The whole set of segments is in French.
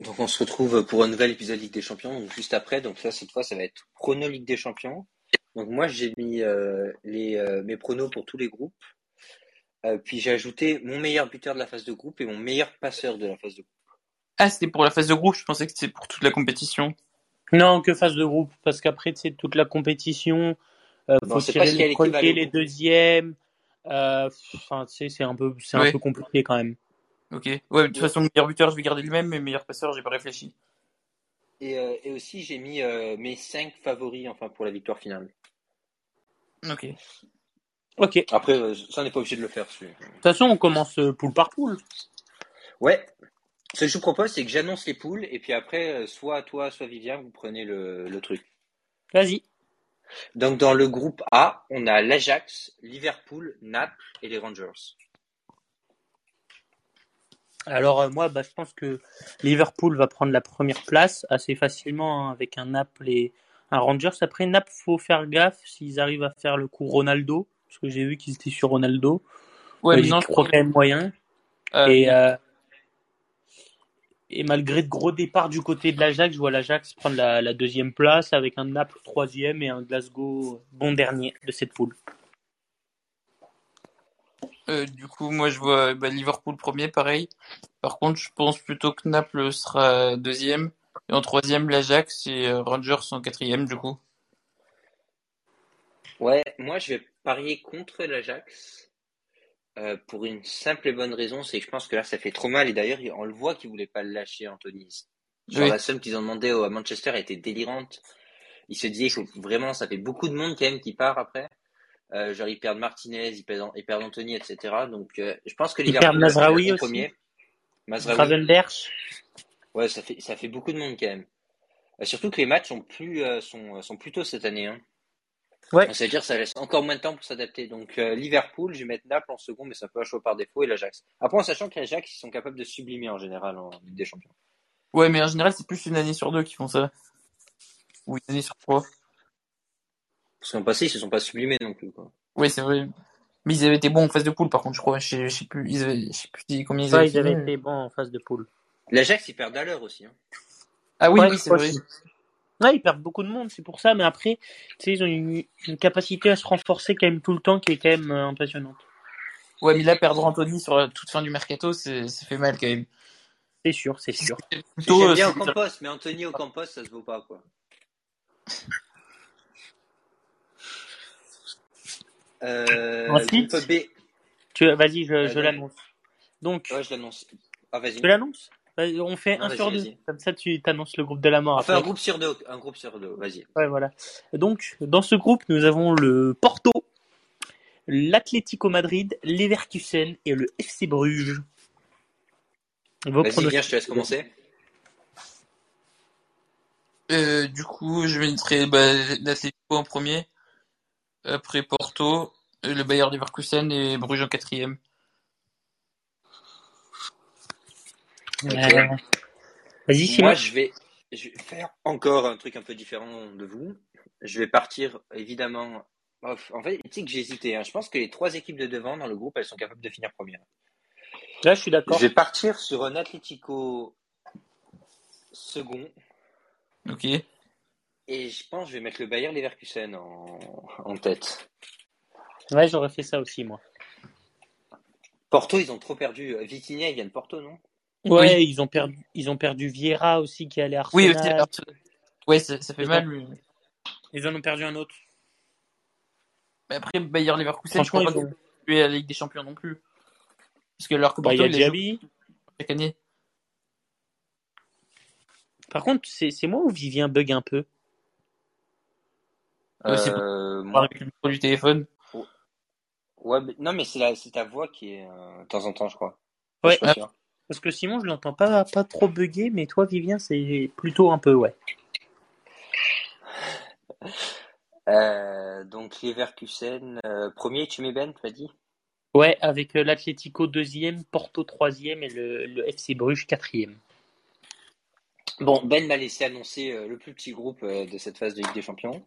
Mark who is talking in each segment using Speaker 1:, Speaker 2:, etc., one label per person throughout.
Speaker 1: Donc on se retrouve pour un nouvel épisode Ligue des Champions, donc juste après. Donc là, cette fois, ça va être prono Ligue des Champions. Donc moi, j'ai mis euh, les, euh, mes pronos pour tous les groupes. Euh, puis j'ai ajouté mon meilleur buteur de la phase de groupe et mon meilleur passeur de la phase de groupe.
Speaker 2: Ah, c'était pour la phase de groupe, je pensais que c'était pour toute la compétition.
Speaker 3: Non, que phase de groupe, parce qu'après, c'est toute la compétition. Euh,
Speaker 1: Non,
Speaker 3: faut
Speaker 1: c'est
Speaker 3: tirer
Speaker 1: pas ce qui est
Speaker 3: les premiers,
Speaker 1: l'équivalent.
Speaker 3: les deuxièmes. Euh, Enfin, tu sais, c'est un peu, c'est
Speaker 2: Ouais.
Speaker 3: un peu compliqué quand même.
Speaker 2: Ok. Ouais, mais de toute façon, meilleur buteur, je vais garder le même, mais meilleur passeur, j'ai pas réfléchi.
Speaker 1: Et, euh, et aussi, j'ai mis euh, mes cinq favoris enfin pour la victoire finale.
Speaker 2: Ok.
Speaker 3: Ok. De
Speaker 1: Après, euh, ça on n'est pas obligé de le faire. celui
Speaker 3: toute façon, on commence euh, poule par poule.
Speaker 1: Ouais. Ce que je vous propose, c'est que j'annonce les poules et puis après, euh, soit toi, soit Vivien, vous prenez le, le truc.
Speaker 3: Vas-y.
Speaker 1: Donc dans le groupe A, on a l'Ajax, Liverpool, Naples et les Rangers.
Speaker 3: Alors euh, moi, bah, je pense que Liverpool va prendre la première place assez facilement hein, avec un Naples et un Rangers. Après Naples, faut faire gaffe s'ils arrivent à faire le coup Ronaldo, parce que j'ai vu qu'ils étaient sur Ronaldo.
Speaker 2: Ouais,
Speaker 3: Mais
Speaker 2: mais
Speaker 3: j'y
Speaker 2: non, je
Speaker 3: crois quand même moyen.
Speaker 2: euh,
Speaker 3: Et, euh, et malgré de gros départs du côté de l'Ajax, je vois l'Ajax prendre la, la deuxième place avec un Naples troisième et un Glasgow bon dernier de cette poule.
Speaker 2: euh, du coup, moi, je vois bah, Liverpool premier, pareil. Par contre, je pense plutôt que Naples sera deuxième. Et en troisième, l'Ajax et euh, Rangers en quatrième, du coup.
Speaker 1: Ouais, moi je vais parier contre l'Ajax euh, pour une simple et bonne raison, c'est que je pense que là ça fait trop mal et d'ailleurs on le voit qu'ils voulaient pas le lâcher Anthony. Genre
Speaker 2: Oui.
Speaker 1: la somme qu'ils ont demandé au- à Manchester était délirante. Ils se disaient que vraiment ça fait beaucoup de monde quand même qui part après. Euh, genre ils perdent Martinez, ils perdent, ils perdent Anthony, etc. Donc euh, je pense que
Speaker 3: Ils
Speaker 1: Liverpool
Speaker 3: perdent Mazraoui
Speaker 1: en
Speaker 3: aussi.
Speaker 1: premier. Mazraoui.
Speaker 3: Gravenberch,
Speaker 1: Ouais, ça fait ça fait beaucoup de monde quand même. Euh, Surtout que les matchs sont plus euh, sont, sont plus tôt cette année. Hein.
Speaker 3: Ouais.
Speaker 1: C'est-à-dire que ça laisse encore moins de temps pour s'adapter. Donc euh, Liverpool, je vais mettre Naples en second, mais ça peut un choix par défaut et l'Ajax. Après, en sachant que l'Ajax, ils sont capables de sublimer en général en Ligue des Champions.
Speaker 2: Ouais, mais en général, c'est plus une année sur deux qui font ça. Ou une année sur trois.
Speaker 1: Parce qu'en passé, ils se sont pas sublimés non plus. Quoi.
Speaker 2: Oui, c'est vrai. Mais ils avaient été bons en phase de poule, par contre, je crois. Je sais, je sais plus, ils avaient- je sais plus dit combien ils avaient
Speaker 3: Ouais, ils avaient
Speaker 2: fini.
Speaker 3: été bons en phase de poule.
Speaker 1: L'Ajax, ils perdent à l'heure aussi. Hein.
Speaker 2: Ah oui,
Speaker 3: Ouais,
Speaker 2: oui,
Speaker 3: je
Speaker 2: c'est
Speaker 3: crois
Speaker 2: vrai.
Speaker 3: aussi. Ouais, ils perdent beaucoup de monde, c'est pour ça, mais après, tu sais, ils ont une, une capacité à se renforcer quand même tout le temps qui est quand même euh, impressionnante.
Speaker 2: Ouais, mais là, perdre Anthony sur la toute fin du mercato, c'est, ça fait mal quand même.
Speaker 3: C'est sûr, c'est sûr.
Speaker 2: Plutôt,
Speaker 1: J'aime
Speaker 2: euh,
Speaker 1: bien
Speaker 2: c'est-
Speaker 1: Ocampos, mais Anthony Ocampos, ça se vaut pas. quoi. Euh,
Speaker 3: Ensuite
Speaker 1: groupe B.
Speaker 3: Tu, vas-y, je, je
Speaker 1: Vas-y.
Speaker 3: l'annonce. Donc,
Speaker 1: Ouais, je l'annonce. Ah, vas-y.
Speaker 3: je l'annonce Vas-y, On fait
Speaker 1: Non,
Speaker 3: un
Speaker 1: vas-y,
Speaker 3: sur deux,
Speaker 1: vas-y.
Speaker 3: comme ça tu t'annonces le groupe de la mort.
Speaker 1: Enfin, un
Speaker 3: après.
Speaker 1: groupe sur deux. Un groupe sur deux, vas-y.
Speaker 3: Ouais, voilà. Donc, dans ce groupe, nous avons le Porto, l'Atlético Madrid, l'Everkusen et le FC Bruges. Vos
Speaker 1: Vas-y,
Speaker 3: pronostics.
Speaker 1: viens, je te laisse commencer.
Speaker 2: euh, du coup, je mettrai bah, l'Atlético en premier, après Porto, euh, le Bayer Leverkusen et Bruges en quatrième.
Speaker 1: Ok.
Speaker 3: Euh, Vas-y, Simon.
Speaker 1: Moi, je vais, je vais faire encore un truc un peu différent de vous. Je vais partir, évidemment. Oh, En fait, tu sais que j'ai hésité. hein. Je pense que les trois équipes de devant dans le groupe, elles sont capables de finir première.
Speaker 3: Là, je suis d'accord.
Speaker 1: Je vais partir sur un Atlético second.
Speaker 2: Ok.
Speaker 1: Et je pense que je vais mettre le Bayern Leverkusen en, en tête.
Speaker 3: Ouais, j'aurais fait ça aussi, moi.
Speaker 1: Porto, ils ont trop perdu. Vitinha, il vient de Porto, non
Speaker 3: Ouais, ils ont perdu, ils ont perdu Vieira aussi qui allait à
Speaker 2: Oui,
Speaker 3: Arsenal.
Speaker 2: aussi, alors, ça- ouais, ça, ça fait
Speaker 3: Et
Speaker 2: mal. Mais...
Speaker 3: Ils en ont perdu un autre.
Speaker 2: mais après, Bayer Leverkusen, je
Speaker 3: Franchement,
Speaker 2: crois
Speaker 3: ils
Speaker 2: pas
Speaker 3: ont.
Speaker 2: jouer à la Ligue des Champions non plus. Parce que leur que
Speaker 3: Bah, il y
Speaker 2: Porto,
Speaker 3: a
Speaker 2: il les joue
Speaker 3: Diaby.
Speaker 2: chaque année.
Speaker 3: Par contre, c'est c'est moi ou Vivien bug un peu
Speaker 2: Ouais, c'est
Speaker 1: Euh,
Speaker 2: Par
Speaker 1: moi-
Speaker 2: le micro du téléphone.
Speaker 1: ouais, mais- non, mais c'est la- c'est ta voix qui est euh, de temps en temps, je crois.
Speaker 3: Ouais.
Speaker 1: Je suis pas sûr.
Speaker 3: Parce que Simon, je l'entends pas, pas trop bugger, mais toi, Vivien, c'est plutôt un peu, ouais.
Speaker 1: Euh, donc Leverkusen euh, premier, tu mets Ben, tu m'as dit
Speaker 3: Ouais, avec euh, l'Atlético deuxième, Porto troisième et le, le FC Bruges quatrième.
Speaker 1: Bon, Ben m'a laissé annoncer euh, le plus petit groupe euh, de cette phase de Ligue des Champions.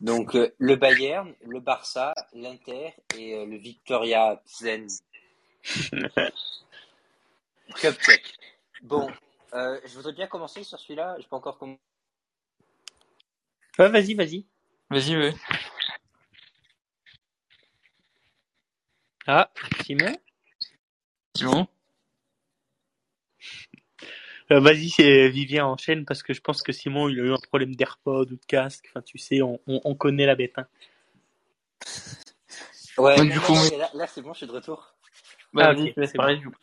Speaker 1: Donc euh, le Bayern, le Barça, l'Inter et euh, le Victoria Zen. Club tchèque. Bon, Euh, je voudrais bien commencer sur celui-là. Je peux encore commencer.
Speaker 3: Ouais, vas-y, vas-y.
Speaker 2: Vas-y, ouais.
Speaker 3: Ah, Simon
Speaker 2: Simon
Speaker 3: Euh, Vas-y, c'est Vivien enchaîne parce que je pense que Simon, il a eu un problème d'AirPod ou de casque. Enfin, tu sais, on, on- on connaît la bête. hein.
Speaker 1: Ouais,
Speaker 2: Ouais,
Speaker 1: non,
Speaker 2: du
Speaker 1: non,
Speaker 2: coup,
Speaker 1: non,
Speaker 2: oui.
Speaker 1: mais là, là, c'est bon, je suis de retour.
Speaker 3: Ah,
Speaker 2: Bah, vas-y,
Speaker 3: ok,
Speaker 2: je te laisse
Speaker 3: c'est bon.
Speaker 2: parler, du coup.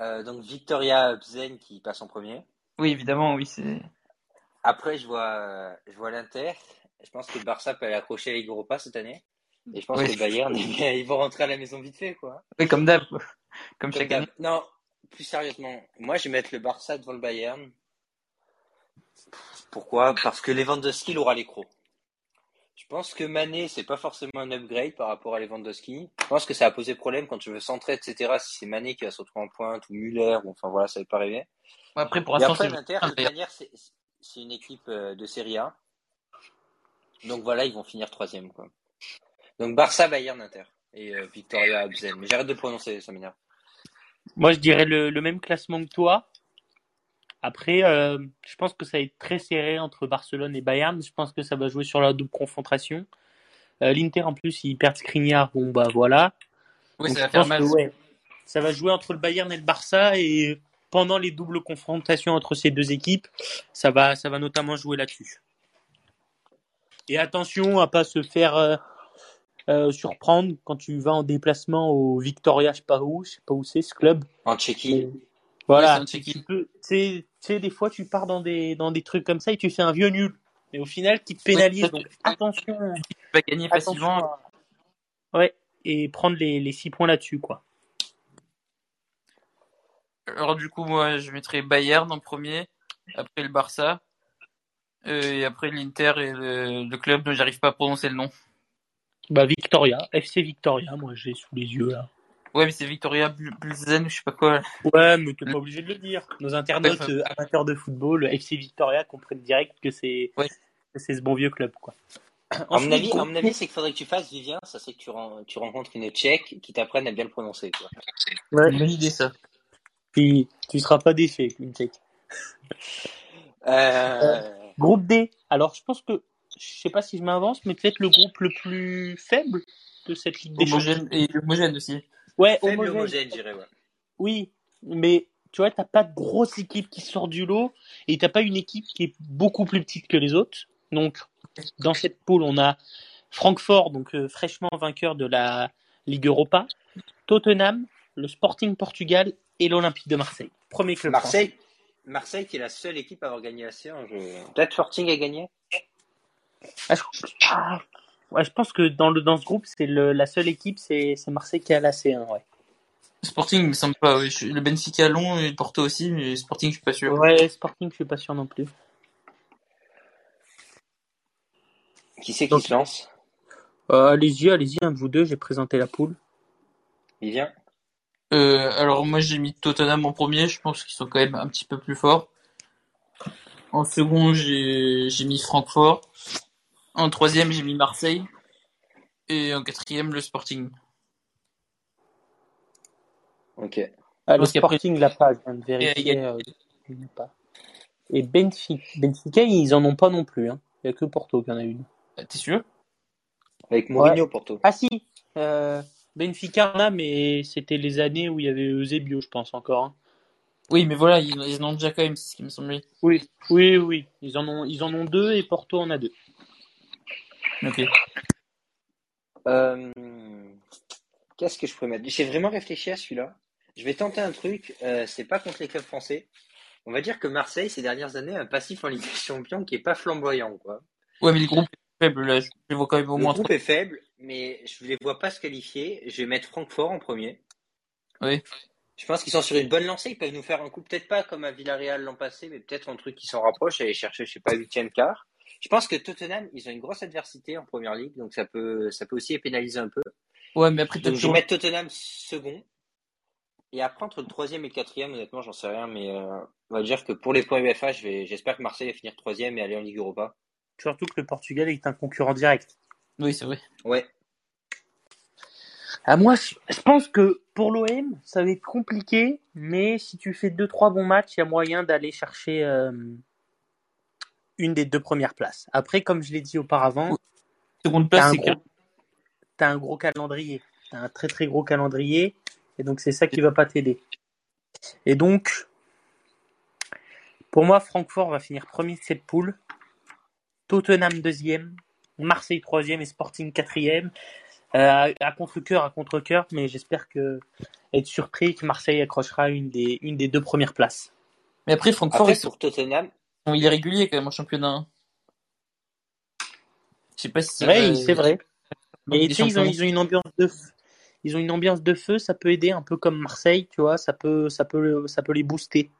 Speaker 1: Euh, donc Victoria Bzen qui passe en premier.
Speaker 2: Oui, évidemment, oui, c'est.
Speaker 1: Après, je vois, je vois l'Inter. Je pense que le Barça peut aller accrocher avec Europa cette année. Et je pense
Speaker 2: Oui.
Speaker 1: que le Bayern, ils vont rentrer à la maison vite fait, quoi.
Speaker 2: Oui, comme d'hab, quoi. comme
Speaker 1: Comme
Speaker 2: chaque année.
Speaker 1: d'hab. Non, plus sérieusement, moi, je vais mettre le Barça devant le Bayern. Pourquoi Parce que Lewandowski l'aura l'écro. Je pense que Mané, c'est pas forcément un upgrade par rapport à Lewandowski. Je pense que ça a posé problème quand tu veux centrer, etc. Si c'est Mané qui va se retrouver en pointe ou Muller, ou enfin voilà, ça va pas rêver.
Speaker 2: Bon, Après, pour
Speaker 1: Et
Speaker 2: l'instant,
Speaker 1: après,
Speaker 2: c'est.
Speaker 1: l'Inter, de toute manière, c'est c'est une équipe euh, de Serie A. Donc voilà, ils vont finir troisième. Quoi. Donc Barça, Bayern, Inter. Et euh, Victoria, Abzen. Mais j'arrête de prononcer, ça m'énerve.
Speaker 3: Moi, je dirais le, le même classement que toi. Après, euh, je pense que ça va être très serré entre Barcelone et Bayern. Je pense que ça va jouer sur la double confrontation. Euh, L'Inter, en plus, ils perdent Skriniar. Bon, bah voilà.
Speaker 2: Oui,
Speaker 3: Donc,
Speaker 2: ça
Speaker 3: je
Speaker 2: va faire
Speaker 3: pense que
Speaker 2: mal.
Speaker 3: ouais, ça va jouer entre le Bayern et le Barça et pendant les doubles confrontations entre ces deux équipes, ça va, ça va notamment jouer là-dessus. Et attention à pas se faire euh, euh, surprendre quand tu vas en déplacement au Victoria, je sais pas où, je sais pas où c'est ce club.
Speaker 1: En Tchéquie.
Speaker 3: Mais
Speaker 2: Oui,
Speaker 3: voilà,
Speaker 2: c'est un
Speaker 3: tu,
Speaker 2: check-in.
Speaker 3: tu peux, tu sais, tu sais, des fois tu pars dans des dans des trucs comme ça et tu fais un vieux nul. Mais au final, qui te
Speaker 2: Oui,
Speaker 3: pénalise.
Speaker 2: ça, tu
Speaker 3: Donc attention,
Speaker 2: vas gagner
Speaker 3: attention.
Speaker 2: facilement.
Speaker 3: à- Ouais, et prendre les les six points là-dessus, quoi. hein.
Speaker 2: Alors, du coup, moi, je mettrai Bayern en premier, après le Barça, euh, et après l'Inter et le, le club dont j'arrive pas à prononcer le nom.
Speaker 3: Bah Victoria, FC Victoria, moi j'ai sous les yeux là.
Speaker 2: Ouais, mais c'est Victoria Bl- Blzen, ou je sais pas quoi.
Speaker 3: Ouais, mais t'es pas obligé de le dire. Nos internautes
Speaker 2: Ouais,
Speaker 3: euh, amateurs de football, le FC Victoria comprennent direct que c'est
Speaker 2: Ouais.
Speaker 3: que c'est ce bon vieux club quoi.
Speaker 1: À mon
Speaker 3: Ensuite,
Speaker 1: avis, à
Speaker 3: groupe
Speaker 1: mon avis c'est qu'il faudrait que tu fasses, Vivien, ça c'est que tu, ren- tu rencontres une Tchèque qui t'apprenne à bien le prononcer. Quoi.
Speaker 3: ouais,
Speaker 2: une bonne idée, ça.
Speaker 3: puis tu seras pas défait, une check.
Speaker 1: Euh,
Speaker 3: Groupe D. Alors je pense que je sais pas si je m'avance, mais peut-être le groupe le plus faible de cette Ligue des Champions.
Speaker 2: Homogène et homogène aussi.
Speaker 3: Ouais,
Speaker 1: faible et
Speaker 3: homogène.
Speaker 1: homogène, je dirais. Ouais.
Speaker 3: Oui, mais tu vois, t'as pas de grosse équipe qui sort du lot et t'as pas une équipe qui est beaucoup plus petite que les autres. Donc, dans cette poule, on a Francfort, donc euh, fraîchement vainqueur de la Ligue Europa, Tottenham, le Sporting Portugal et l'Olympique de Marseille. Premier club français.
Speaker 1: Marseille. Marseille qui est la seule équipe à avoir gagné la séance. je- Peut-être Forting a gagné
Speaker 3: Ah, je, ah, ouais, je pense que dans, le, dans ce groupe, c'est le- la seule équipe, c'est c'est Marseille qui a la C1. Ouais,
Speaker 2: Sporting, il me semble pas. oui. Je- Le Benfica long et le Porto aussi, mais Sporting, je suis pas sûr.
Speaker 3: ouais Sporting, je suis pas sûr non plus.
Speaker 1: Qui c'est qui
Speaker 3: Donc,
Speaker 1: se lance
Speaker 3: euh, allez-y, allez-y, un de vous deux, j'ai présenté la poule.
Speaker 1: Vivien
Speaker 2: Euh, alors moi j'ai mis Tottenham en premier, je pense qu'ils sont quand même un petit peu plus forts. En second j'ai j'ai mis Francfort. En troisième j'ai mis Marseille. Et en quatrième le Sporting.
Speaker 1: Ok.
Speaker 2: Je
Speaker 3: Ah, le
Speaker 2: pense qu'après
Speaker 3: Sporting l'a pas, je viens de
Speaker 2: et à égalité.
Speaker 3: vérifier. euh, il l'a pas. Et Benfica, Benfica, ils en ont pas non plus. hein. Il n'y a que Porto qui en a une.
Speaker 2: Ah, t'es sûr
Speaker 1: Avec Mourinho, Porto.
Speaker 3: Ah si, euh, Benfica en a, mais c'était les années où il y avait Eusebio, je pense encore. hein.
Speaker 2: Oui mais voilà, ils, ils en ont déjà quand même, c'est ce qui me semblait.
Speaker 3: Oui, oui, oui. Ils en ont, ils en ont deux et Porto en a deux.
Speaker 2: Ok.
Speaker 1: Euh, Qu'est-ce que je pourrais mettre J'ai vraiment réfléchi à celui-là. Je vais tenter un truc, euh, c'est pas contre les clubs français. On va dire que Marseille, ces dernières années, a un passif en Ligue des Champions qui est pas flamboyant. Quoi.
Speaker 2: Ouais mais le groupe est faible là, je les vois quand même au
Speaker 1: Le
Speaker 2: moins
Speaker 1: groupe
Speaker 2: trois.
Speaker 1: est faible, mais je les vois pas se qualifier. Je vais mettre Francfort en premier.
Speaker 2: Oui.
Speaker 1: Je pense qu'ils sont sur une bonne lancée. Ils peuvent nous faire un coup, peut-être pas comme à Villarreal l'an passé, mais peut-être un truc qui s'en rapproche, aller chercher, je sais pas, huitième quart. Je pense que Tottenham, ils ont une grosse adversité en première ligue, donc ça peut, ça peut aussi les pénaliser un peu.
Speaker 2: Ouais mais après t'as
Speaker 1: Donc je vais
Speaker 2: toujours
Speaker 1: mettre Tottenham second. Et après, entre le troisième et le quatrième, honnêtement, j'en sais rien, mais euh, on va dire que pour les points UEFA, je vais, j'espère que Marseille va finir troisième et aller en Ligue Europa.
Speaker 3: Surtout que le Portugal est un concurrent direct.
Speaker 2: Oui c'est vrai.
Speaker 1: Ouais.
Speaker 3: À Ah, moi, je je pense que pour l'OM, ça va être compliqué, mais si tu fais deux trois bons matchs, il y a moyen d'aller chercher euh, une des deux premières places. Après, comme je l'ai dit auparavant,
Speaker 2: Seconde
Speaker 3: t'as
Speaker 2: place,
Speaker 3: un,
Speaker 2: c'est
Speaker 3: gros-
Speaker 2: car-
Speaker 3: t'as un gros calendrier, t'as un très très gros calendrier, et donc c'est ça qui va pas t'aider. Et donc, pour moi, Francfort va finir premier de cette poule, Tottenham deuxième, Marseille troisième et Sporting quatrième. Euh, à contre-cœur, à contre-cœur, mais j'espère que être surpris que Marseille accrochera une des, une des deux premières places.
Speaker 2: Mais après, Francfort,
Speaker 1: Après,
Speaker 2: ils sont-
Speaker 1: pour Tottenham,
Speaker 2: ils sont irréguliers quand même en championnat. hein. Je sais pas si ça va-
Speaker 3: Mais
Speaker 2: Ligue
Speaker 3: tu
Speaker 2: des
Speaker 3: sais, ils ont,
Speaker 2: Champions.
Speaker 3: ils ont une ambiance de feu. Ils ont une ambiance de feu, ça peut aider un peu comme Marseille, tu vois, ça peut, ça peut, ça peut les booster.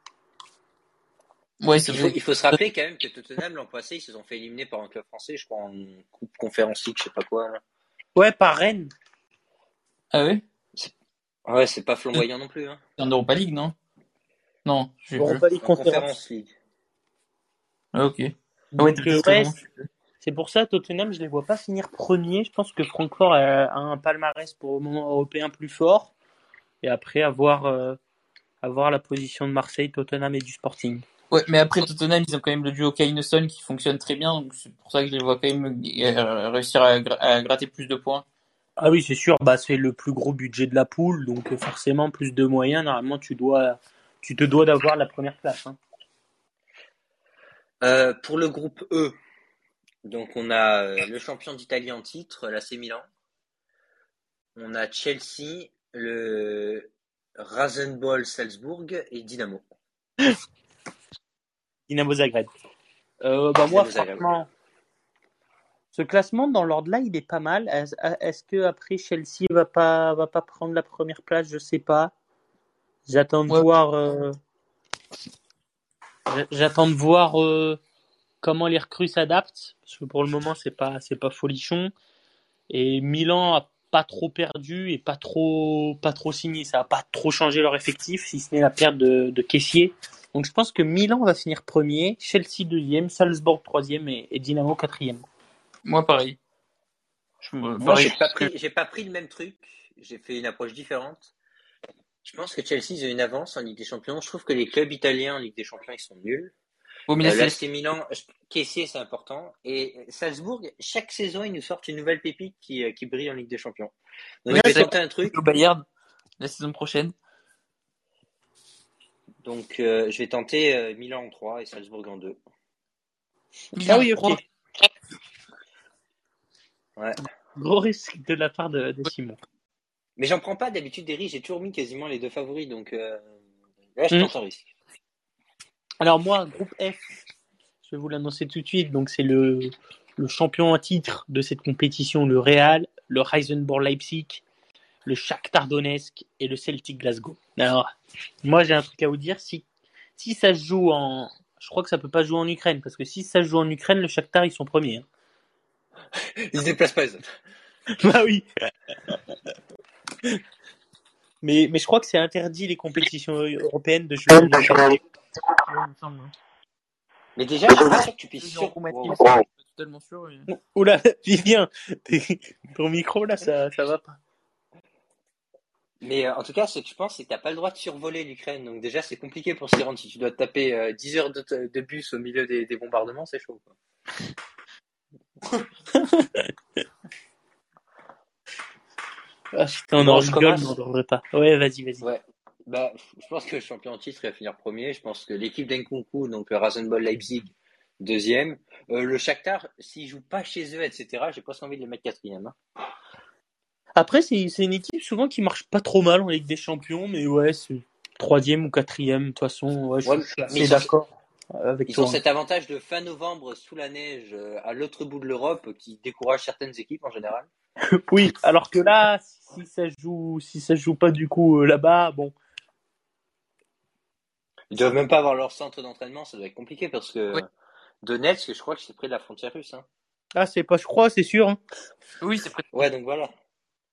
Speaker 2: Ouais, c'est
Speaker 1: il faut,
Speaker 2: vrai.
Speaker 1: il faut se rappeler quand même que Tottenham, l'an passé, ils se sont fait éliminer par un club français, je crois, en Coupe Conférence League, je sais pas quoi. là.
Speaker 3: Ouais, par Rennes.
Speaker 2: Ah ouais?
Speaker 1: Ouais, c'est pas flamboyant non plus. Hein.
Speaker 2: C'est en Europa League, non? Non, je sais plus.
Speaker 3: Europa League
Speaker 1: En
Speaker 3: conférence.
Speaker 1: Conférence League.
Speaker 2: Ah, ok. Ah ouais,
Speaker 3: Donc,
Speaker 2: t'as
Speaker 3: euh,
Speaker 2: dit
Speaker 3: ouais,
Speaker 2: raison.
Speaker 3: c'est pour ça, Tottenham, je les vois pas finir premier. Je pense que Francfort a, a un palmarès pour le moment européen plus fort. Et après, avoir, euh, avoir la position de Marseille, Tottenham et du Sporting.
Speaker 2: Ouais, mais après Tottenham, ils ont quand même le duo Kane-Son qui fonctionne très bien, donc c'est pour ça que je les vois quand même euh, réussir à, gra- à gratter plus de points.
Speaker 3: Ah oui, c'est sûr, bah, c'est le plus gros budget de la poule, donc euh, forcément plus de moyens. Normalement, tu, dois, tu te dois d'avoir la première place. hein.
Speaker 1: Euh, pour le groupe E, donc on a euh, le champion d'Italie en titre, l'AC Milan. On a Chelsea, le Rasenball Salzbourg et Dynamo.
Speaker 3: Dynamo Zagreb. Euh, bah, moi,
Speaker 1: Dynamo Zagreb.
Speaker 3: franchement, ce classement dans l'ordre-là, il est pas mal. Est-ce est-ce que après Chelsea va pas, va pas prendre la première place Je sais pas. J'attends de
Speaker 2: Ouais.
Speaker 3: voir. euh, j'a- J'attends de voir euh, comment les recrues s'adaptent, parce que pour le moment, c'est pas, c'est pas folichon. Et Milan a pas trop perdu et pas trop, pas trop signé. Ça a pas trop changé leur effectif, si ce n'est la perte de, de caissier. Donc je pense que Milan va finir premier, Chelsea deuxième, Salzbourg troisième et, et Dynamo quatrième.
Speaker 2: Moi, pareil. Je, me-
Speaker 1: Moi,
Speaker 2: pareil.
Speaker 1: j'ai pas pris, j'ai pas pris le même truc. J'ai fait une approche différente. Je pense que Chelsea ils ont une avance en Ligue des Champions. Je trouve que les clubs italiens en Ligue des Champions ils sont nuls.
Speaker 2: Bon, mais là,
Speaker 1: Euh,
Speaker 2: c'est-
Speaker 1: L'AC Milan, je- caissier c'est important. Et Salzbourg, chaque saison ils nous sortent une nouvelle pépite qui, euh, qui brille en Ligue des Champions. Donc
Speaker 2: Ouais,
Speaker 1: je vais
Speaker 2: c'est-
Speaker 1: tenter un truc.
Speaker 2: au Bayern la saison prochaine.
Speaker 1: Donc euh, je vais tenter euh, Milan en 3 et Salzbourg en 2.
Speaker 2: Milan,
Speaker 3: Ah oui, ok.
Speaker 2: trois.
Speaker 1: Ouais.
Speaker 3: Gros risque de la part de, de Simon.
Speaker 1: Mais j'en prends pas d'habitude des risques. J'ai toujours mis quasiment les deux favoris. Donc euh, là je
Speaker 3: Mm.
Speaker 1: tente un risque.
Speaker 3: Alors moi, groupe F, je vais vous l'annoncer tout de suite. Donc c'est le, le champion en titre de cette compétition, le Real, le Heisenborg Leipzig, le Shakhtar Donetsk et le Celtic Glasgow. Alors moi j'ai un truc à vous dire. Si si ça se joue en, je crois que ça peut pas se jouer en Ukraine parce que si ça se joue en Ukraine, le Shakhtar ils sont premiers. hein.
Speaker 1: Ils se déplacent pas les autres.
Speaker 3: bah oui. Mais mais je crois que c'est interdit les compétitions européennes de jouer. en Ukraine.
Speaker 2: il me semble, hein.
Speaker 1: Mais déjà je suis pas sûr que tu puisses
Speaker 2: Deux en
Speaker 1: sur.
Speaker 2: Roumanie,
Speaker 1: Wow.
Speaker 2: je suis pas totalement sûr. mais-
Speaker 3: Oula, Vivien, t'es- ton micro là, ça, ça va pas.
Speaker 1: Mais euh, en tout cas, ce que je pense, c'est que t'as pas le droit de survoler l'Ukraine. Donc déjà, c'est compliqué pour s'y rendre. Si tu dois te taper euh, 10 heures de, de bus au milieu des, des bombardements, c'est chaud. quoi.
Speaker 3: Ah, putain, on
Speaker 1: Bon,
Speaker 3: en
Speaker 1: je
Speaker 3: rigole, mais on
Speaker 1: commence.
Speaker 3: ne devrait pas. Ouais, vas-y, vas-y.
Speaker 1: Ouais. Bah, je pense que le champion en titre il va finir premier. Je pense que l'équipe d'Enkunku, donc le Rasenball Leipzig, deuxième. Euh, le Shakhtar, s'ils jouent pas chez eux, etc., j'ai presque envie de les mettre quatrième. hein.
Speaker 3: Après, c'est c'est une équipe souvent qui marche pas trop mal en Ligue des Champions, mais ouais, c'est troisième ou quatrième. De toute façon, ouais, je
Speaker 1: Ouais,
Speaker 3: je suis
Speaker 1: mais
Speaker 3: assez
Speaker 1: ils ont,
Speaker 3: d'accord avec
Speaker 1: ils ont
Speaker 3: toi. hein.
Speaker 1: cet avantage de fin novembre sous la neige euh, à l'autre bout de l'Europe euh, qui décourage certaines équipes en général.
Speaker 3: Oui, alors que là, si ça joue, si ça joue pas du coup euh, là-bas, bon.
Speaker 1: Ils doivent même pas avoir leur centre d'entraînement, ça doit être compliqué parce que
Speaker 2: Oui,
Speaker 1: Donetsk, je crois que c'est près de la frontière russe. Hein.
Speaker 3: Ah, c'est pas, je crois, c'est sûr. hein.
Speaker 2: oui c'est prêt.
Speaker 1: Ouais, donc voilà.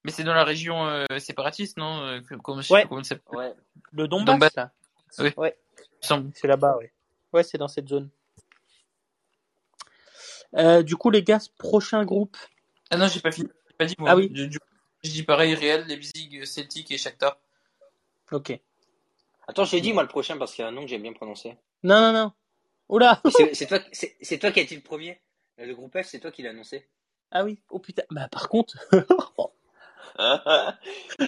Speaker 2: Mais c'est dans la région euh, séparatiste, non? euh, que- Comment, je sais
Speaker 3: Ouais.
Speaker 2: plus comment ça s'appelle,
Speaker 1: Ouais.
Speaker 3: Le
Speaker 2: Donbass.
Speaker 3: Donbass, là.
Speaker 2: Oui.
Speaker 3: Ouais,
Speaker 2: il me semble.
Speaker 3: c'est là-bas, ouais. Ouais, c'est dans cette zone. Euh, du coup, les gars, ce prochain groupe.
Speaker 2: Ah non, j'ai pas fini. J'ai pas dit, moi.
Speaker 3: Ah oui.
Speaker 2: J'ai du- Je dis pareil, Real, Leipzig, Celtic et Shakhtar.
Speaker 3: Ok.
Speaker 1: Attends, je l'ai dit, moi, le prochain, parce qu'il y a un nom que j'aime bien prononcer.
Speaker 3: Non, non, non. Oula
Speaker 1: C'est c'est toi, c'est- c'est toi qui as dit le premier. Le groupe F, c'est toi qui l'as annoncé.
Speaker 3: Ah oui, oh putain. Bah par contre,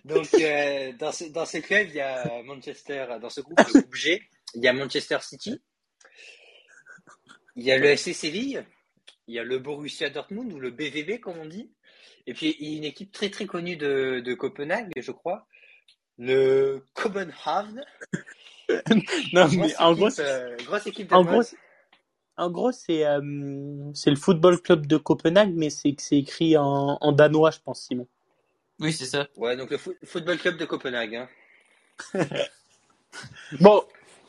Speaker 1: Donc, euh, dans, ce, dans ce club, il y a Manchester, dans ce groupe, le groupe G, il y a Manchester City, il y a le FC Séville, il y a le Borussia Dortmund, ou le BVB, comme on dit, et puis il y a une équipe très très connue de, de Copenhague, je crois, le Copenhagen.
Speaker 3: non,
Speaker 1: Grosse
Speaker 3: mais en
Speaker 1: équipe,
Speaker 3: gros,
Speaker 1: euh, grosse équipe
Speaker 3: en
Speaker 1: d'Allemagne.
Speaker 3: gros, en gros c'est euh, c'est le football club de Copenhague, mais c'est que c'est écrit en, en danois, je pense, Simon.
Speaker 2: Oui, c'est ça.
Speaker 1: Ouais, donc le fo- Football Club de Copenhague. hein.
Speaker 3: Bon,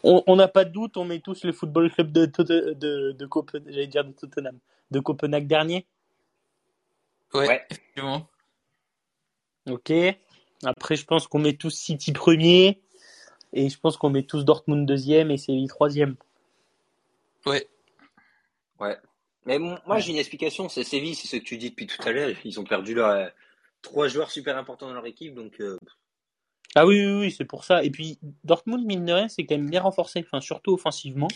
Speaker 3: on on n'a pas de doute, on est tous le football club de, Tot- de, de, Copenhague, j'allais dire de Tottenham, de Copenhague dernier.
Speaker 2: Ouais,
Speaker 1: Ouais.
Speaker 2: effectivement.
Speaker 3: Ok. Après, je pense qu'on met tous City premier, et je pense qu'on met tous Dortmund deuxième et Séville troisième.
Speaker 2: Ouais.
Speaker 1: Mais mon- moi, j'ai une explication. C'est Séville, c'est ce que tu dis depuis tout à l'heure. Ils ont perdu leurs euh, trois joueurs super importants dans leur équipe. Donc, euh,
Speaker 3: Ah oui, oui, oui, c'est pour ça. Et puis, Dortmund, mine de rien, c'est quand même bien renforcé, enfin, surtout offensivement.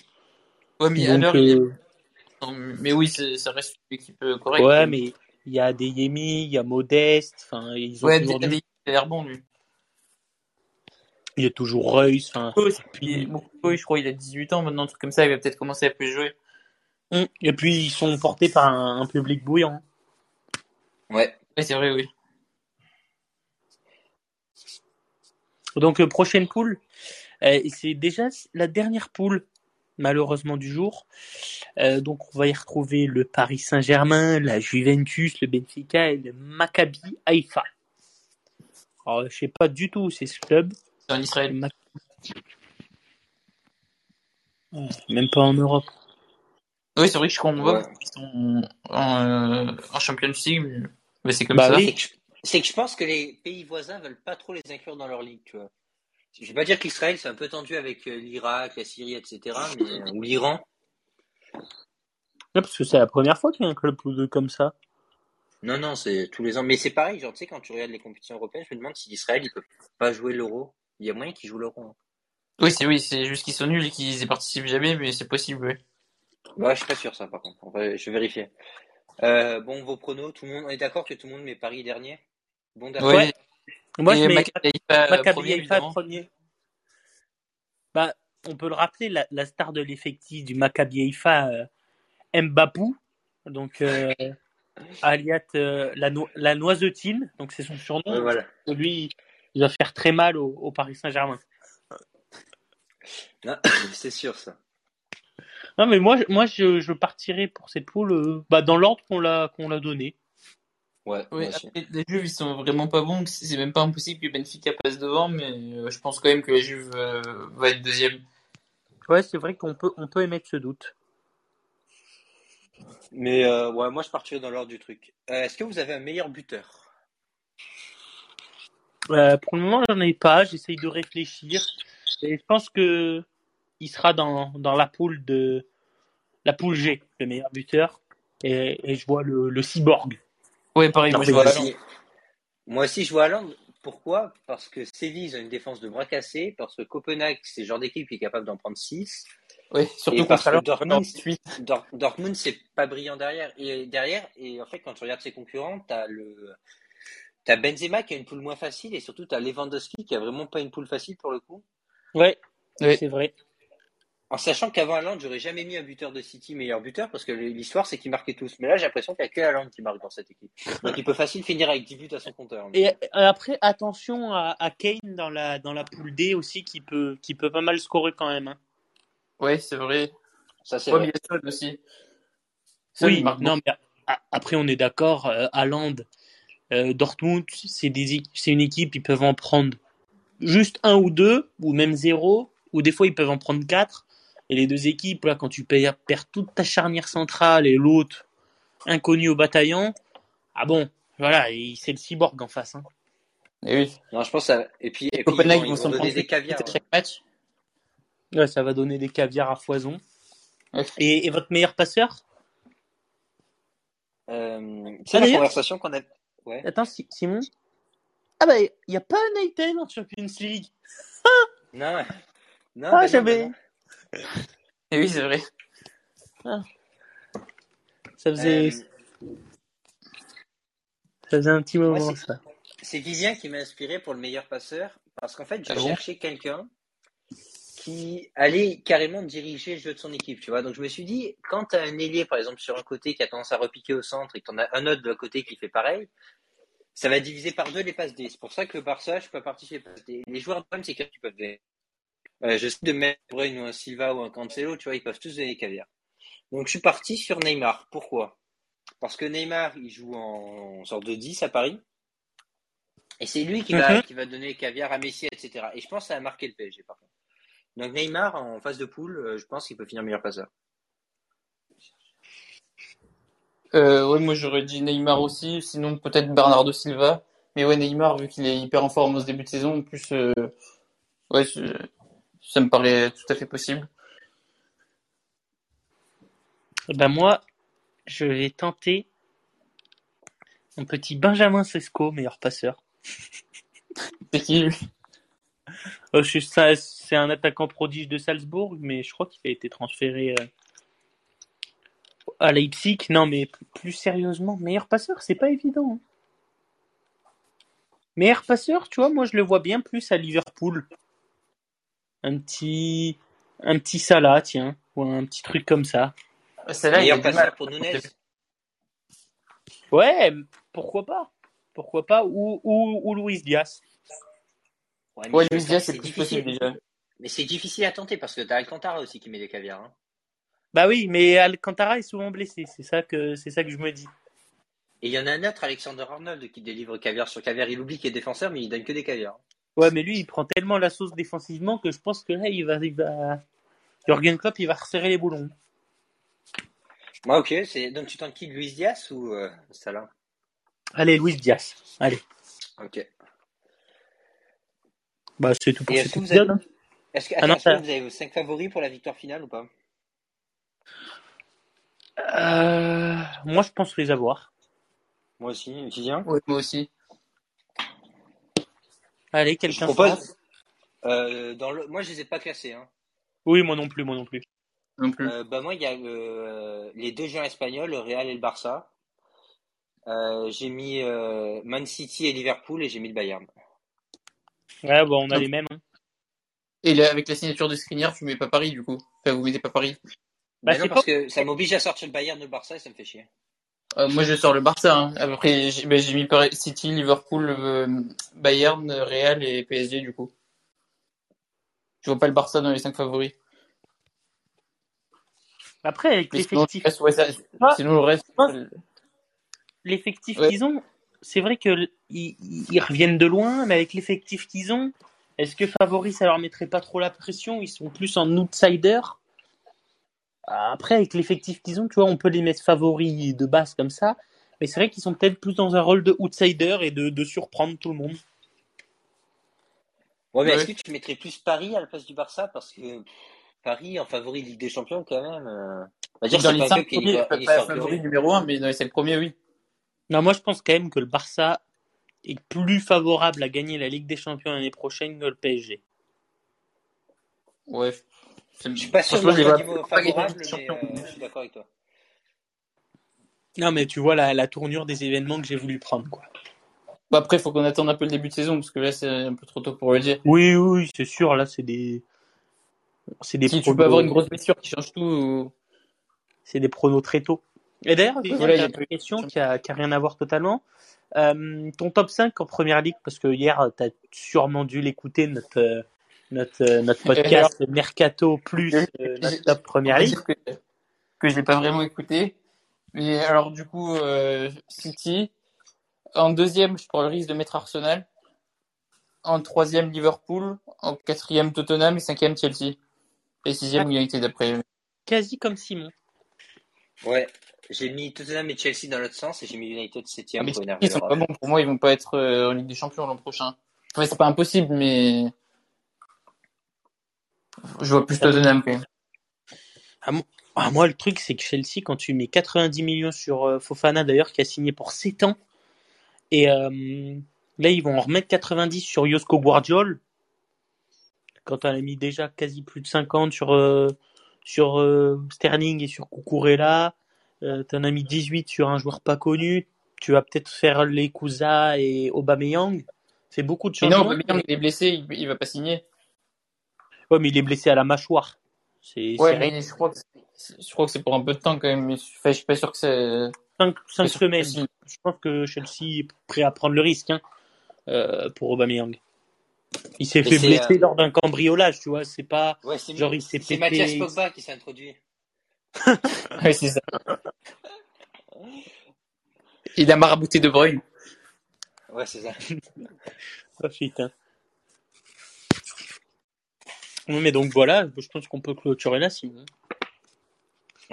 Speaker 2: Ouais, mais à
Speaker 3: Donc,
Speaker 2: l'heure, il est-
Speaker 3: euh,
Speaker 2: non, Mais oui, c'est- ça reste une équipe euh, correcte.
Speaker 3: ouais, mais il y a des Yemi, il y a Modeste, enfin, ils ont
Speaker 2: Ouais,
Speaker 3: toujours du...
Speaker 2: David, il a l'air bon, lui.
Speaker 3: Il y a toujours Reus, enfin,
Speaker 2: Ouais, c'est-
Speaker 3: puis-
Speaker 2: il est- Oui, je crois qu'il a 18 ans maintenant, un truc comme ça, il va peut-être commencer à plus jouer.
Speaker 3: Hum, et puis ils sont portés par un, un public bouillant.
Speaker 1: ouais.
Speaker 2: Ouais, c'est vrai, oui.
Speaker 3: Donc, euh, prochaine poule, euh, et c'est déjà la dernière poule, malheureusement, du jour. Euh, donc, on va y retrouver le Paris Saint-Germain, la Juventus, le Benfica et le Maccabi Haïfa. Alors, je sais pas du tout où c'est ce club.
Speaker 2: C'est en Israël.
Speaker 3: Même pas en Europe.
Speaker 2: Oui, c'est vrai que je crois qu'on voit
Speaker 1: Ouais.
Speaker 2: parce qu'ils sont en, euh, en Champions League, mais, mais c'est comme
Speaker 3: Bah
Speaker 2: ça.
Speaker 3: oui.
Speaker 1: C'est que, je... c'est que je pense que les pays voisins veulent pas trop les inclure dans leur ligue. Tu vois. Je vais pas dire qu'Israël, c'est un peu tendu avec euh, l'Irak, la Syrie, etc. Mais, euh, ou l'Iran.
Speaker 3: Non, parce que c'est la première fois qu'il y a un club de- comme ça.
Speaker 1: Non, non, c'est tous les ans. Mais c'est pareil. Genre, tu sais, quand tu regardes les compétitions européennes, je me demande si l'Israël, ils peuvent pas jouer l'euro. Il y a moyen qu'ils jouent l'euro. hein.
Speaker 2: Oui, c'est oui, c'est juste qu'ils sont nuls et qu'ils y participent jamais, mais c'est possible, oui.
Speaker 1: Ouais, Bah, je suis pas sûr, ça, par contre. En vrai, je vais vérifier. Euh, bon, vos pronos, tout le monde, on est d'accord que tout le monde met Paris dernier Bon, d'accord.
Speaker 2: Ouais,
Speaker 3: Moi, je
Speaker 2: et
Speaker 3: mets
Speaker 2: Maccabi Haïfa, euh,
Speaker 3: Maccabi
Speaker 2: premier,
Speaker 3: Haïfa
Speaker 2: évidemment.
Speaker 3: premier. Bah, on peut le rappeler, la, la star de l'effectif du Maccabi Haïfa, euh, Mbapou. Donc, euh, alias euh, la, no- la noisetine. Donc, c'est son surnom.
Speaker 1: Ouais, voilà.
Speaker 3: Lui, il va faire très mal au, au Paris Saint-Germain.
Speaker 1: Non, c'est sûr, ça.
Speaker 3: Non, mais moi, je- moi je, je partirai pour cette poule euh, bah, dans l'ordre qu'on l'a qu'on l'a donné.
Speaker 1: Ouais,
Speaker 2: Oui,
Speaker 1: moi aussi.
Speaker 2: après, les Juves, ils sont vraiment pas bons. C'est c'est même pas impossible que Benfica passe devant, mais euh, je pense quand même que la Juve euh, va être deuxième.
Speaker 3: Ouais, c'est vrai qu'on peut, on peut émettre ce doute.
Speaker 1: Mais euh, ouais, moi je partirais dans l'ordre du truc. Euh, Est-ce que vous avez un meilleur buteur
Speaker 3: Euh, pour le moment, j'en ai pas. J'essaye de réfléchir. Et je pense que il sera dans, dans la poule de la poule G, le meilleur buteur. Et, et je vois le, le cyborg.
Speaker 2: Ouais, pareil,
Speaker 3: Non,
Speaker 2: moi
Speaker 3: mais
Speaker 2: je vois
Speaker 1: moi
Speaker 3: vas-y.
Speaker 2: Haaland.
Speaker 1: aussi, moi aussi, je vois Hollande. Pourquoi Parce que Séville, ils ont une défense de bras cassés. Parce que Copenhague, c'est le genre d'équipe qui est capable d'en prendre 6.
Speaker 2: Ouais, surtout
Speaker 1: Et parce
Speaker 2: contre
Speaker 1: que
Speaker 2: Haaland.
Speaker 1: Dortmund,
Speaker 2: Ensuite,
Speaker 1: Dor- Dortmund, c'est pas brillant derrière. Et derrière, et en fait, quand tu regardes ses concurrents, t'as le. T'as Benzema qui a une poule moins facile et surtout t'as Lewandowski qui a vraiment pas une poule facile pour le coup.
Speaker 3: Ouais,
Speaker 2: Oui.
Speaker 3: c'est vrai.
Speaker 1: En sachant qu'avant Haaland, j'aurais jamais mis un buteur de City meilleur buteur parce que l'histoire c'est qu'ils marquaient tous. Mais là, j'ai l'impression qu'il n'y a que Haaland qui marque dans cette équipe. Donc il peut facile finir avec 10 buts à son compteur.
Speaker 3: Et euh, après, attention à, à Kane dans la, dans la poule D aussi, qui peut, qui peut pas mal scorer quand même. hein.
Speaker 2: ouais, c'est vrai.
Speaker 1: Ça c'est
Speaker 2: Ouais, mais il
Speaker 1: vrai.
Speaker 2: y a Son aussi. Son,
Speaker 3: Oui,
Speaker 2: il marque
Speaker 3: non, mais a- après, on est d'accord, euh, Haaland, euh, Dortmund, c'est des é- c'est une équipe, ils peuvent en prendre juste un ou deux, ou même zéro, ou des fois, ils peuvent en prendre quatre. Et les deux équipes, là, quand tu perds, perds toute ta charnière centrale et l'autre, inconnu au bataillon, ah bon, voilà, il- c'est le cyborg en face. hein.
Speaker 1: Eh
Speaker 2: Et oui.
Speaker 1: Non, je pense ça. Et puis, et puis ils
Speaker 2: Copenhague,
Speaker 1: vont,
Speaker 2: ils
Speaker 1: ils vont
Speaker 2: vont s'en prendre
Speaker 1: donner des
Speaker 2: des
Speaker 1: caviars. hein.
Speaker 2: à chaque match.
Speaker 3: Ouais, ça va donner des caviars à foison.
Speaker 2: Ouais.
Speaker 3: Et, et votre meilleur passeur
Speaker 1: Euh, tu
Speaker 3: Ah,
Speaker 1: sais la
Speaker 3: d'ailleurs-
Speaker 1: Euh, conversation qu'on a. Ouais.
Speaker 3: Attends, Si- Simon Ah bah, il n'y a pas Nathan en Champions League.
Speaker 1: Non, non, bah
Speaker 3: Ah,
Speaker 1: non,
Speaker 3: j'avais-
Speaker 1: bah non.
Speaker 2: Et Eh oui, c'est vrai.
Speaker 3: Ça faisait,
Speaker 1: Euh,
Speaker 3: ça faisait un petit
Speaker 1: moi,
Speaker 3: moment,
Speaker 1: c'est-
Speaker 3: ça.
Speaker 1: C'est Vivien qui m'a inspiré pour le meilleur passeur parce qu'en fait, je
Speaker 2: Ah bon
Speaker 1: cherchais quelqu'un qui allait carrément diriger le jeu de son équipe, tu vois. Donc, je me suis dit, quand t'as un ailier, par exemple, sur un côté qui a tendance à repiquer au centre et que t'en as un autre de l'autre côté qui fait pareil, ça va diviser par deux les passes D. C'est pour ça que le Barça, je peux participer les passes D. Les joueurs de c'est qui peuvent donner. Euh, je sais de mettre un Bruyne ou un Silva ou un Cancelo, tu vois, ils peuvent tous donner caviar. Donc, je suis parti sur Neymar. Pourquoi? Parce que Neymar, il joue en sorte de 10 à Paris. Et c'est lui qui
Speaker 3: Mhm.
Speaker 1: va, qui va donner le caviar à Messi, etc. Et je pense que ça a marqué le PSG, par contre. Donc Neymar, en phase de poule, euh, je pense qu'il peut finir meilleur passeur.
Speaker 2: Euh, ouais, moi j'aurais dit Neymar aussi, sinon peut-être Bernardo Silva. Mais ouais, Neymar, vu qu'il est hyper en forme en ce début de saison, en plus, euh, ouais, je- ça me paraît tout à fait possible.
Speaker 3: Eh ben moi, je vais tenter un petit Benjamin Sesco, meilleur passeur.
Speaker 2: C'est qui lui
Speaker 3: Euh, je suis- ça- C'est un attaquant prodige de Salzbourg, mais je crois qu'il a été transféré euh, à Leipzig. Non, mais p- plus sérieusement, meilleur passeur, c'est pas évident. hein. Meilleur passeur, tu vois, moi je le vois bien plus à Liverpool. Un petit, un petit Salah, tiens, ou un petit truc comme ça.
Speaker 2: Bah, Celle-là, il
Speaker 1: meilleur
Speaker 2: a du mal.
Speaker 1: passeur pour Nunes.
Speaker 3: Ouais, pourquoi pas Pourquoi pas Ou, ou, ou Luis Diaz.
Speaker 1: Ouais, mais
Speaker 2: Ouais,
Speaker 1: je
Speaker 2: Luis
Speaker 1: pense
Speaker 2: Diaz,
Speaker 1: que
Speaker 2: c'est plus possible déjà.
Speaker 1: Mais c'est difficile à tenter parce que t'as Alcantara aussi qui met des caviars. hein.
Speaker 3: Bah oui, mais Alcantara est souvent blessé, c'est ça que c'est ça que je me dis.
Speaker 1: Et il y en a un autre, Alexander Arnold, qui délivre caviar sur caviar. Il oublie qu'il est défenseur, mais il donne que des caviars. hein.
Speaker 3: Ouais, mais lui, il prend tellement la sauce défensivement que je pense que là, il va, il va... Jurgen Klopp, il va resserrer les boulons.
Speaker 1: Moi, ok, c'est donc tu tentes qui, Luis Diaz ou euh, Salah
Speaker 3: Allez, Luis Diaz. Allez.
Speaker 1: Ok. Et
Speaker 3: Bah c'est tout pour
Speaker 1: est-ce
Speaker 3: cet
Speaker 1: que vous avez,
Speaker 3: épisode. hein.
Speaker 1: est-ce que,
Speaker 3: Ah
Speaker 1: attends,
Speaker 3: non,
Speaker 1: est-ce que
Speaker 3: ça-
Speaker 1: vous avez vos cinq favoris pour la victoire finale ou pas
Speaker 3: Euh, moi, je pense les avoir.
Speaker 1: Moi aussi, Julien.
Speaker 2: Ouais, moi aussi.
Speaker 3: Allez,
Speaker 1: Je
Speaker 3: quelqu'un.
Speaker 1: propose. euh, dans le... Moi, je les ai pas classés. Hein.
Speaker 3: Oui, moi non plus, moi non plus.
Speaker 2: Non plus.
Speaker 1: Euh, bah moi, il y a euh, les deux joueurs espagnols, le Real et le Barça. Euh, j'ai mis euh, Man City et Liverpool et j'ai mis le Bayern.
Speaker 2: Bah,
Speaker 3: Ouais, bon, on a
Speaker 2: Non.
Speaker 3: les mêmes. hein.
Speaker 2: Et là, avec la signature de Skriniar, tu mets pas Paris du coup. Enfin, vous mettez pas Paris.
Speaker 3: Bah,
Speaker 1: Mais non,
Speaker 3: c'est
Speaker 1: parce que ça m'oblige à sortir le Bayern de Barça et ça me fait chier.
Speaker 2: Euh, moi, je sors le Barça. Hein. Après, j'ai ben, j'ai mis Paris- City, Liverpool, euh, Bayern, Real et PSG du coup. Je vois pas le Barça dans les 5 favoris.
Speaker 3: Après, avec
Speaker 2: Mais sinon,
Speaker 3: l'effectif
Speaker 2: le reste, ouais, ça-
Speaker 3: Ah.
Speaker 2: sinon, le reste,
Speaker 3: Ah.
Speaker 2: euh,
Speaker 3: l'effectif
Speaker 2: Ouais.
Speaker 3: qu'ils ont, c'est vrai qu'ils ils reviennent de loin, mais avec l'effectif qu'ils ont, est-ce que Favori, ça leur mettrait pas trop la pression Ils sont plus en outsider. Après, avec l'effectif qu'ils ont, tu vois, on peut les mettre favoris de base comme ça, mais c'est vrai qu'ils sont peut-être plus dans un rôle de outsider et de, de surprendre tout le monde.
Speaker 1: Ouais, mais
Speaker 2: Ouais.
Speaker 1: est-ce que tu mettrais plus Paris à la place du Barça Parce que pff, Paris en favori de Ligue des Champions, quand même. euh, On va dire que
Speaker 2: dans
Speaker 1: c'est
Speaker 2: les
Speaker 1: pas un club
Speaker 2: cinq
Speaker 1: qui est
Speaker 2: premiers,
Speaker 1: une
Speaker 2: pas, pas
Speaker 1: histoire
Speaker 2: favori
Speaker 1: durée.
Speaker 2: numéro un, mais dans les cinq premiers, oui.
Speaker 3: Non, moi je pense quand même que le Barça est plus favorable à gagner la Ligue des Champions l'année prochaine que le PSG.
Speaker 2: Ouais. Je
Speaker 1: Je suis pas sûr de
Speaker 2: Franchement, je les
Speaker 1: mon
Speaker 2: vois
Speaker 1: niveau
Speaker 2: pas gagner la
Speaker 1: favorable,
Speaker 2: Ligue des
Speaker 1: mais
Speaker 2: Champions.
Speaker 1: euh, je suis d'accord avec toi.
Speaker 3: Non, mais tu vois la, la tournure des événements que j'ai voulu prendre, quoi.
Speaker 2: Bon, après, faut qu'on attende un peu le début de saison, parce que là, c'est un peu trop tôt pour le dire.
Speaker 3: Oui, oui, c'est sûr, là, c'est des. C'est des
Speaker 2: Si tu
Speaker 3: pronos-
Speaker 2: peux avoir une grosse blessure qui change tout, ou-
Speaker 3: C'est des pronos très tôt. Et d'ailleurs, Vivien,
Speaker 2: voilà, il y
Speaker 3: t'as
Speaker 2: a
Speaker 3: une
Speaker 2: pas eu-
Speaker 3: question qui a, qui a rien à voir totalement. Euh, ton top 5 en première ligue, parce que hier, t'as sûrement dû l'écouter, notre, euh, notre, euh, notre podcast Mercato plus
Speaker 2: Oui.
Speaker 3: euh, notre top première
Speaker 2: faut
Speaker 3: ligue.
Speaker 2: dire que, que je l'ai pas vraiment écouté. Mais alors, du coup, euh, City. En deuxième, je prends le risque de mettre Arsenal. En troisième, Liverpool. En quatrième, Tottenham. Et cinquième, Chelsea. Et sixième, United, d'après.
Speaker 3: Quasi comme Simon.
Speaker 1: Ouais, j'ai mis Tottenham et Chelsea dans l'autre sens et j'ai mis United 7
Speaker 2: Ah, mais
Speaker 1: pour énerver
Speaker 2: ils
Speaker 1: le
Speaker 2: sont pas
Speaker 1: ref.
Speaker 2: bons pour moi, ils vont pas être euh, en Ligue des Champions l'an prochain. Enfin, c'est pas impossible, mais je vois plus Tottenham quand même.
Speaker 3: Ah, moi, le truc, c'est que Chelsea, quand tu mets 90 millions sur euh, Fofana, d'ailleurs, qui a signé pour 7 ans, et, euh, Là, ils vont en remettre 90 sur Josko Guardiol. Quand elle a mis déjà quasi plus de 50 sur, euh, sur euh, Sterling et sur Kukurella. Euh, T'en as mis 18 sur un joueur pas connu. Tu vas peut-être faire les Kuza et Aubameyang. C'est beaucoup de
Speaker 2: Mais non,
Speaker 3: changements.
Speaker 2: Aubameyang, il est blessé, il, il va pas signer.
Speaker 3: Ouais, mais il est blessé à la mâchoire. C'est
Speaker 2: Ouais,
Speaker 3: c'est rien.
Speaker 2: mais je crois que c'est- je crois que c'est pour un peu de temps quand même. mais je- Enfin, je suis pas sûr que c'est.
Speaker 3: 5,
Speaker 2: pas sûr que
Speaker 3: semaines.
Speaker 2: c'est-
Speaker 3: Je pense que Chelsea est prêt à prendre le risque hein, euh, pour Aubameyang. Il s'est
Speaker 1: Mais
Speaker 3: fait
Speaker 1: c'est,
Speaker 3: blesser
Speaker 1: euh,
Speaker 3: lors d'un cambriolage, tu vois. C'est pas
Speaker 1: Ouais, c'est
Speaker 3: genre il s'est
Speaker 1: c'est
Speaker 3: pété.
Speaker 1: Mathias Pogba qui s'est introduit.
Speaker 2: Ouais, c'est ça. Il a marabouté De Bruyne.
Speaker 1: Ouais, c'est ça.
Speaker 3: Ah, putain. Oui, mais donc voilà, je pense qu'on peut clôturer la cible. hein.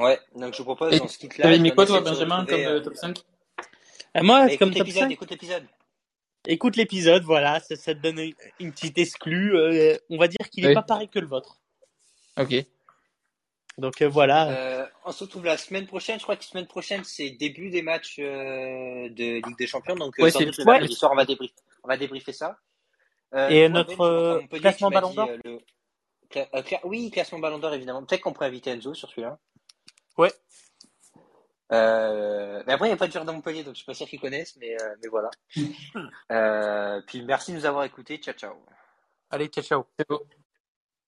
Speaker 1: Ouais, donc je vous propose,
Speaker 2: Et
Speaker 1: on se quitte là.
Speaker 2: T'avais
Speaker 1: et
Speaker 2: mis
Speaker 1: on
Speaker 2: quoi, toi,
Speaker 1: essaie de se
Speaker 2: Benjamin, comme
Speaker 1: retrouver, euh,
Speaker 2: euh, top 5
Speaker 3: Ah, moi,
Speaker 1: bah,
Speaker 3: comme
Speaker 1: écoute
Speaker 3: top
Speaker 1: l'épisode,
Speaker 3: 5,
Speaker 1: écoute l'épisode.
Speaker 3: écoute l'épisode, voilà, ça, ça te donne une- une petite exclue. euh, on va dire qu'il n'est
Speaker 2: Oui.
Speaker 3: pas pareil que le vôtre.
Speaker 2: Ok.
Speaker 3: Donc euh, voilà,
Speaker 1: Euh, on se retrouve la semaine prochaine. Je crois que semaine prochaine, c'est début des matchs euh, de Ligue des Champions. Donc, euh,
Speaker 2: Ouais,
Speaker 1: sans
Speaker 2: c'est-
Speaker 1: doute, le
Speaker 2: ouais.
Speaker 1: mercredi soir, on va débriefer, on va débriefer ça. Euh,
Speaker 3: Et
Speaker 1: toi,
Speaker 3: notre,
Speaker 1: Ben, je crois qu'à
Speaker 3: euh,
Speaker 1: Montpellier,
Speaker 3: classement
Speaker 1: tu m'as
Speaker 3: Ballon
Speaker 1: dit,
Speaker 3: d'Or
Speaker 1: euh, le... cla- euh, cla- Oui, classement Ballon d'Or, évidemment. Peut-être qu'on pourrait inviter Enzo sur celui-là.
Speaker 3: Ouais.
Speaker 1: Euh, mais après, il n'y a pas de joueur de Montpellier, donc je suis pas sûr qu'ils connaissent, mais, euh, mais voilà. Euh, puis merci de nous avoir écoutés. Ciao, ciao.
Speaker 3: allez, ciao, ciao.
Speaker 2: C'est beau.